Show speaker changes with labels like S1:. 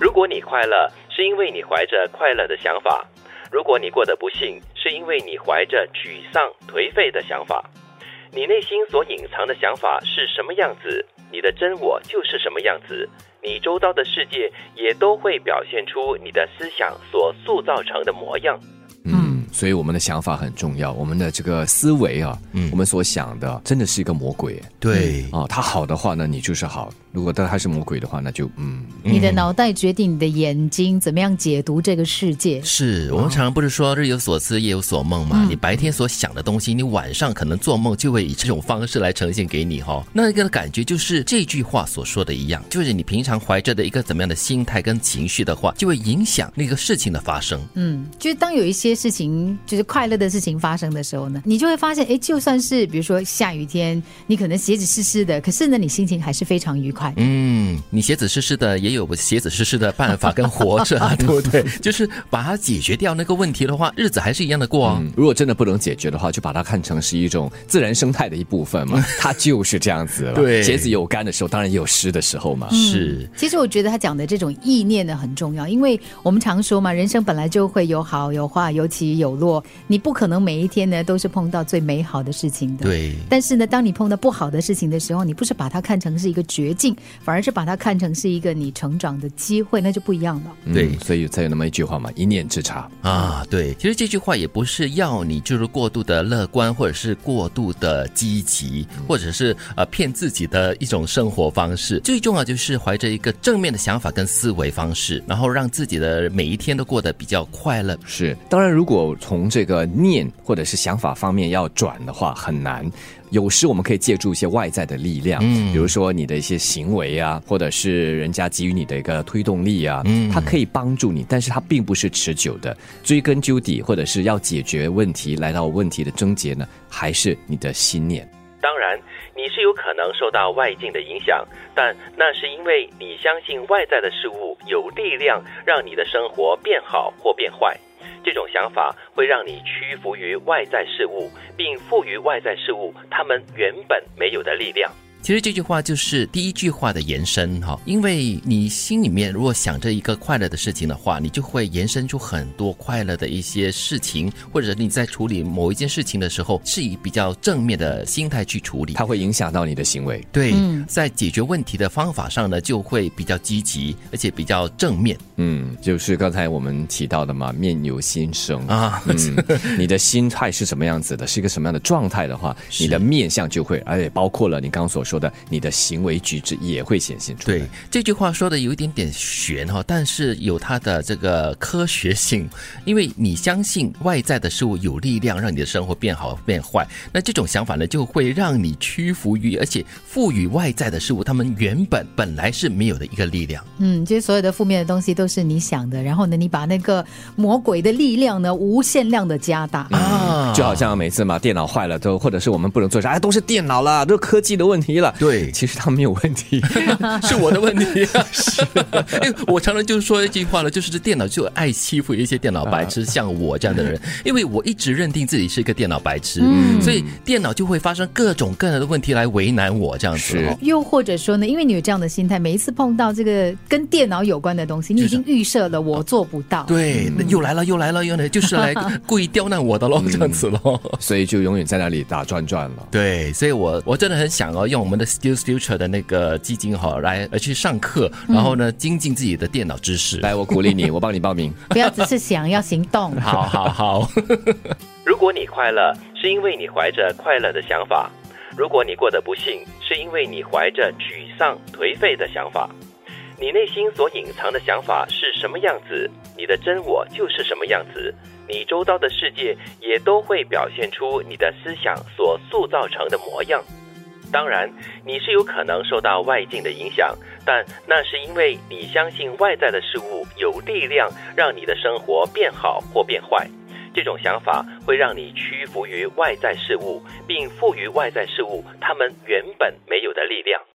S1: 如果你快乐，是因为你怀着快乐的想法；如果你过得不幸，是因为你怀着沮丧、颓废的想法。你内心所隐藏的想法是什么样子，你的真我就是什么样子。你周遭的世界也都会表现出你的思想所塑造成的模样。
S2: 嗯，所以我们的想法很重要，我们的这个思维啊，
S3: 嗯
S2: 我们所想的真的是一个魔鬼
S3: 对，
S2: 啊。它好的话呢，你就是好；如果它它是魔鬼的话，那就嗯，
S3: 嗯
S4: 你的脑袋决定你的眼睛怎么样解读这个世界。
S3: 是我们常常不是说日有所思夜有所梦嘛？
S4: 嗯
S3: 你白天所想的东西，你晚上可能做梦就会以这种方式来呈现给你哈、哦。那个感觉就是这句话所说的一样，就是你平常怀着的一个怎么样的心态跟情绪的话，就会影响那个事情的发生。
S4: 嗯，就是当有一些事情，就是快乐的事情发生的时候呢，你就会发现，哎，就算是比如说下雨天，你可能鞋子湿湿的，可是呢，你心情还是非常愉快。
S3: 嗯，你鞋子湿湿的也有鞋子湿湿的办法跟活着啊，对不对？就是把它解决掉那个问题的话，日子还是一样的过啊。
S2: 嗯如果真的不能解决的话，就把它看成是一种自然生态的一部分 嘛，它就是这样子了。
S3: 对嗯
S2: 鞋子有干的时候，当然也有湿的时候嘛。
S3: 是，
S4: 其实我觉得他讲的这种意念呢很重要，因为我们常说嘛，人生本来就会有好有坏，有起有落，你不可能每一天呢都是碰到最美好的事情的。。
S3: 对。
S4: 但是呢，当你碰到不好的事情的时候，你不是把它看成是一个绝境，反而是把它看成是一个你成长的机会，那就不一样了。
S2: 嗯
S3: 对
S2: 所以才有那么一句话嘛，一念之差。
S3: 啊，对，其实这句话也不是要你就是过度的乐观，或者是过度的积极，或者是呃骗自己的一种生活方式。最重要就是怀着一个正面的想法跟思维方式，然后让自己的每一天都过得比较快乐。
S2: 是，当然，如果从这个念或者是想法方面要转的话，很难。有时我们可以借助一些外在的力量，
S3: 嗯
S2: 比如说你的一些行为啊，或者是人家给予你的一个推动力啊，它可以帮助你，但是它并不是持久的。追根究底，或者是要解决问题，来到问题的症结呢，还是你的心念。
S1: 当然，你是有可能受到外境的影响，但那是因为你相信外在的事物有力量让你的生活变好或变坏。这种想法会让你屈服于外在事物，并赋予外在事物他们原本没有的力量。
S3: 其实这句话就是第一句话的延伸哈，因为你心里面如果想着一个快乐的事情的话，你就会延伸出很多快乐的一些事情，或者你在处理某一件事情的时候，是以比较正面的心态去处理。
S2: 它会影响到你的行为。
S3: 对，
S4: 嗯
S3: 在解决问题的方法上呢，就会比较积极，而且比较正面
S2: 嗯，就是刚才我们提到的嘛，面由心生
S3: 啊。
S2: 嗯，你的心态是什么样子的，是一个什么样的状态的话，
S3: 是
S2: 你的面相就会，而且包括了你刚刚所说的，你的行为举止也会显现出来。
S3: 对，这句话说的有一点点悬哈、但是有它的这个科学性，因为你相信外在的事物有力量让你的生活变好变坏，那这种想法呢，就会让你屈服于，而且赋予外在的事物他们原本本来是没有的一个力量。
S4: 嗯，其实所有的负面的东西都是你想的，然后呢，你把那个魔鬼的力量呢无限量的加大。
S3: 啊
S2: 就好像每次嘛，电脑坏了都，或者是我们不能做啥，哎，都是电脑啦，都是科技的问题了。
S3: 对
S2: 其实它没有问 题。
S3: 是我的问题、啊。 是，哎，我常常就是说一句话了，就是这电脑就爱欺负一些电脑白 痴，像我这样的人，因为我一直认定自己是一个电脑白痴，
S4: 嗯
S3: 所以电脑就会发生各种各样的问题来为难我这样子
S2: 是
S3: 哦。
S4: 又或者说呢，因为你有这样的心态，每一次碰到这个跟电脑有关的东西，你已经预设了我做不到。
S3: 对，那又来了，又来了，又来了，就是 来故意刁难我的喽，这样子喽。
S2: 所以就永远在那里打转转了。
S3: 对，所以我我真的很想要用我们的 Skills Future 的那个基金哈、来呃去上课，然后呢精进自己的电脑知识。
S2: 来，我鼓励你，我帮你报名。
S4: 不要只是想要行动。
S3: 好好 好，
S1: 如果你快乐，是因为你怀着快乐的想法；如果你过得不幸，是因为你怀着沮丧、颓废的想法。你内心所隐藏的想法是什么样子，你的真我就是什么样子。你周遭的世界也都会表现出你的思想所塑造成的模样。当然，你是有可能受到外境的影响，但那是因为你相信外在的事物有力量让你的生活变好或变坏。这种想法会让你屈服于外在事物，并赋予外在事物他们原本没有的力量。